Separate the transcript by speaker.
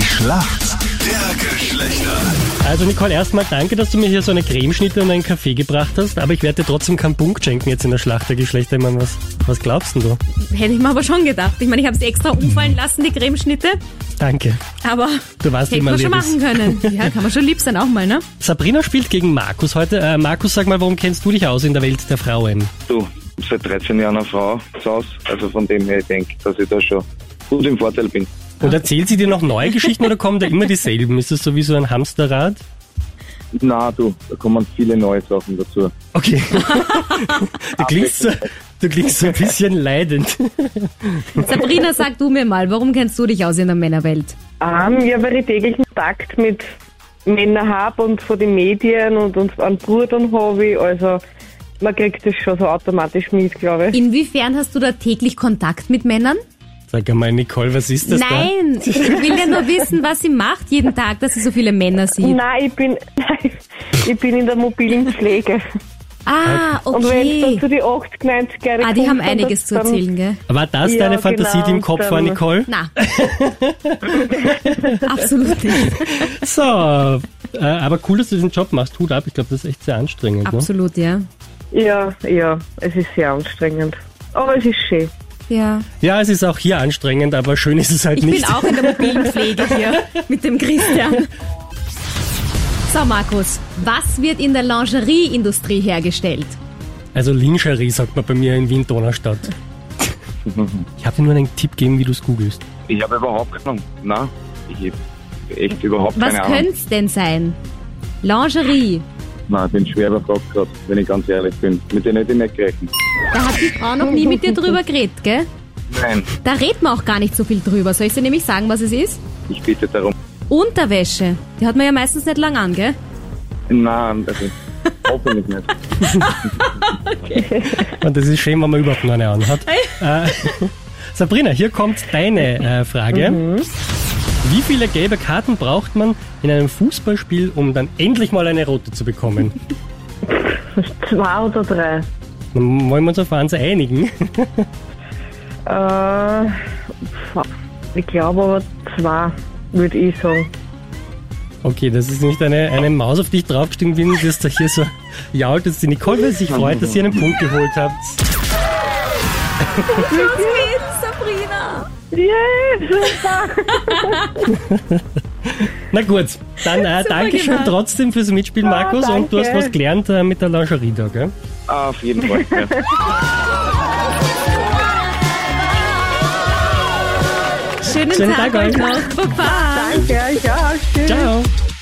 Speaker 1: Schlacht der Geschlechter.
Speaker 2: Also Nicole, erstmal danke, dass du mir hier so eine Cremeschnitte und einen Kaffee gebracht hast, aber ich werde dir trotzdem keinen Punkt schenken jetzt in der Schlacht der Geschlechter. Ich meine, was, was glaubst denn du?
Speaker 3: Hätte ich mir aber schon gedacht. Ich meine, ich habe es extra umfallen lassen, die Cremeschnitte,
Speaker 2: Danke.
Speaker 3: aber
Speaker 2: Du warst
Speaker 3: hätte
Speaker 2: immer
Speaker 3: man schon
Speaker 2: lieb ist.
Speaker 3: machen können. Ja, kann man schon lieb sein auch mal, ne?
Speaker 2: Sabrina spielt gegen Markus heute. Äh, Markus, sag mal, warum kennst du dich aus in der Welt der Frauen?
Speaker 4: Du, seit 13 Jahren eine Frau zu Hause. Also von dem her, ich denke, dass ich da schon gut im Vorteil bin.
Speaker 2: Und erzählt sie dir noch neue Geschichten oder kommen da immer dieselben? Ist das so wie so ein Hamsterrad?
Speaker 4: Na du, da kommen viele neue Sachen dazu.
Speaker 2: Okay. Du klingst, so, du klingst so ein bisschen leidend.
Speaker 3: Sabrina, sag du mir mal, warum kennst du dich aus in der Männerwelt?
Speaker 5: Ähm, ja, weil ich täglich Kontakt mit Männern habe und von den Medien und, und an Brüdern habe ich. Also man kriegt das schon so automatisch mit, glaube ich.
Speaker 3: Inwiefern hast du da täglich Kontakt mit Männern?
Speaker 2: Sag einmal, Nicole, was ist das
Speaker 3: Nein, ich will ja nur wissen, was sie macht jeden Tag, dass sie so viele Männer sieht.
Speaker 5: Nein, ich bin, nein, ich bin in der mobilen Pflege.
Speaker 3: Ah,
Speaker 5: Und wenn es dann
Speaker 3: okay.
Speaker 5: zu die 80, 90 Jahre
Speaker 3: Ah, die haben
Speaker 5: kommt, dann-
Speaker 3: einiges zu
Speaker 5: dann-
Speaker 3: erzählen, gell?
Speaker 2: da? War das
Speaker 5: Ja,
Speaker 2: deine Fantasie, die im
Speaker 5: genau,
Speaker 2: Kopf war,
Speaker 5: dann-
Speaker 2: Nicole?
Speaker 3: Na. Absolut nicht.
Speaker 2: So, äh, aber cool, dass du diesen Job machst. Hut ab, ich glaube, das ist echt sehr anstrengend. Ne?
Speaker 3: Absolut, ja.
Speaker 5: Ja, ja, es ist sehr anstrengend. Aber es ist schön.
Speaker 3: Ja.
Speaker 2: Ja, es ist auch hier anstrengend, aber schön ist es halt
Speaker 3: Ich
Speaker 2: nicht.
Speaker 3: bin auch in der mobilen Pflege hier mit dem Christian. So, Markus, was wird in der Lingerie-Industrie hergestellt?
Speaker 2: Also Lingerie sagt man bei mir in Wien Donaustadt. Ich habe dir nur einen Tipp gegeben, wie du es googelst.
Speaker 4: Ich habe überhaupt keine Ahnung. Nein, ich habe echt überhaupt
Speaker 3: Was
Speaker 4: keine Ahnung.
Speaker 3: könnte es denn sein? Lingerie.
Speaker 4: Nein, ich bin schwer überfragt gerade, wenn ich ganz ehrlich bin. Mit denen hätte ich nicht gerechnet.
Speaker 3: Da hat die Frau noch nie mit dir drüber geredet, gell?
Speaker 4: Nein,
Speaker 3: Da redet man auch gar nicht so viel drüber. Soll ich dir nämlich sagen, was es ist?
Speaker 4: ich bitte darum.
Speaker 3: Unterwäsche. Die hat man ja meistens nicht lang an, gell?
Speaker 4: Nein, also, hoffentlich nicht.
Speaker 2: Und das ist schön, wenn man überhaupt noch eine anhat. äh, Sabrina, hier kommt deine äh, Frage.
Speaker 3: Mhm.
Speaker 2: Wie viele gelbe Karten braucht man in einem Fußballspiel, um dann endlich mal eine rote zu bekommen?
Speaker 5: Zwei oder drei.
Speaker 2: Dann wollen wir uns auf eins einigen.
Speaker 5: Äh, pf, ich glaube aber zwei, würde ich sagen.
Speaker 2: Okay, das ist nicht eine, eine Maus auf dich draufgestiegen bin, dass da hier so jault, dass die Nicole sich freut, dass ihr einen Punkt geholt habt.
Speaker 3: Was geht's, Sabrina?
Speaker 5: Yes!
Speaker 2: Na gut, dann äh, danke schön
Speaker 3: gemacht.
Speaker 2: trotzdem fürs Mitspielen, Markus. Und du hast
Speaker 5: danke.
Speaker 2: was gelernt äh, mit der Lingerie da, gell?
Speaker 4: Auf jeden Fall. Ja.
Speaker 3: Schönen,
Speaker 2: Schönen
Speaker 3: Tag,
Speaker 2: Tag
Speaker 3: euch
Speaker 2: euch.
Speaker 3: noch. Baba.
Speaker 5: Danke, ja, schön.
Speaker 2: Ciao.